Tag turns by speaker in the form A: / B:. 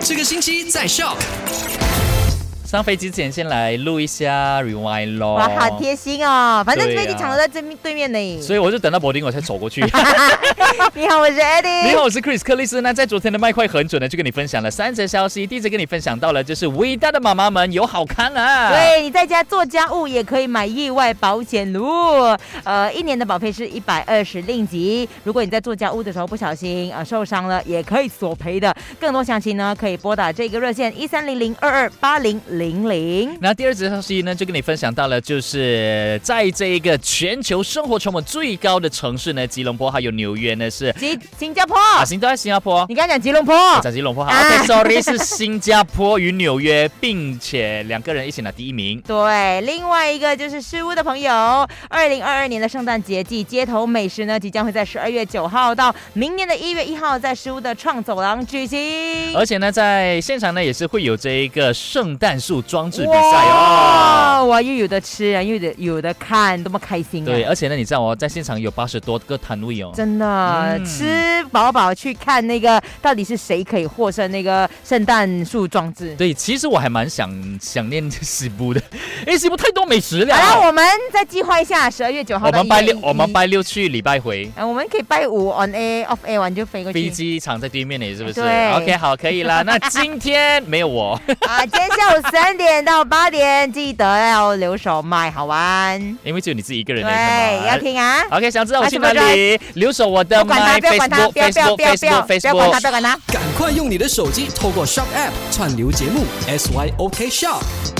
A: 这个星期在 Shock。
B: 上飞机前先来录一下 rewind 咯。
C: 哇，好贴心哦！反正
B: 对啊
C: 飞机场都在对面对面呢。
B: 所以我就等到 boarding 我才走 过去。
C: 哎你 好，我是 Eddie。
B: 啊你好，我是 Chris 克里斯。那在昨天的麦快很准的就跟你分享了三则消息。第一则跟你分享到了，就是伟大的妈妈们有好啊看啦。
C: 对，你在家做家务也可以买意外保险哦。呃，一年的保费是一百二十令吉。如果你在做家务的时候不小心呃受伤了，也可以索赔的。更多详情呢，可以拨打这个热线一三零零二二八零零零。
B: 那第二则消息呢，就跟你分享到了，就是在这一个全球生活成本最高的城市呢，吉隆坡还有纽约呢是
C: 吉新加坡，
B: 啊，新都在新加坡。
C: 你刚才讲吉隆坡，
B: 讲吉隆坡好、
C: 哦啊
B: o k s o r r y 是新加坡与纽约，并且两个人一起拿第一名。
C: 对，另外一个就是失屋的朋友，二零二二年的圣诞节季街头美食呢，即将会在十二月九号到明年的一月一号在失屋的创走廊举行。
B: 而且呢，在现场呢也是会有这一个圣诞树装置比赛哦。
C: 哇！哇，又有的吃啊，又有的有的看，多么开心啊！
B: 对，而且呢，你知道哦，在现场有八十多个摊位哦。
C: 真的、
B: 嗯
C: 吃饱饱去看那个到底是谁可以获胜那个圣诞树装置。
B: 对，其实我还蛮想想念西部的， 因为西部太多美食了。
C: 好了，我们再计划一下，十二月九号
B: 我
C: 到
B: 们拜
C: 1月
B: 六，我们
C: 1
B: 拜六去，礼拜回。
C: 呃我们可以拜五 on air off air 完就飞过
B: 飞
C: 去。
B: 机场在对面呢，是不是
C: 对
B: ？OK，好，可以啦。那今天没有 我，
C: 啊，今天下午三点到八点，记得要留守麦，好玩。
B: 因为只有你自己一个人
C: 对，
B: 呢是吗
C: 要听啊。
B: OK，想知道我
C: 啊
B: 去
C: 什么
B: 哪里？留守我的
C: 不管他，
B: My
C: 不要管他，
B: Facebook
C: 不要不要
B: Facebook
C: 不要不要
B: Facebook
C: 不要管他，不
B: Facebook。
C: 要管他。
A: 赶快用你的手机透过 Shock App 串流节目 SYOK Shock。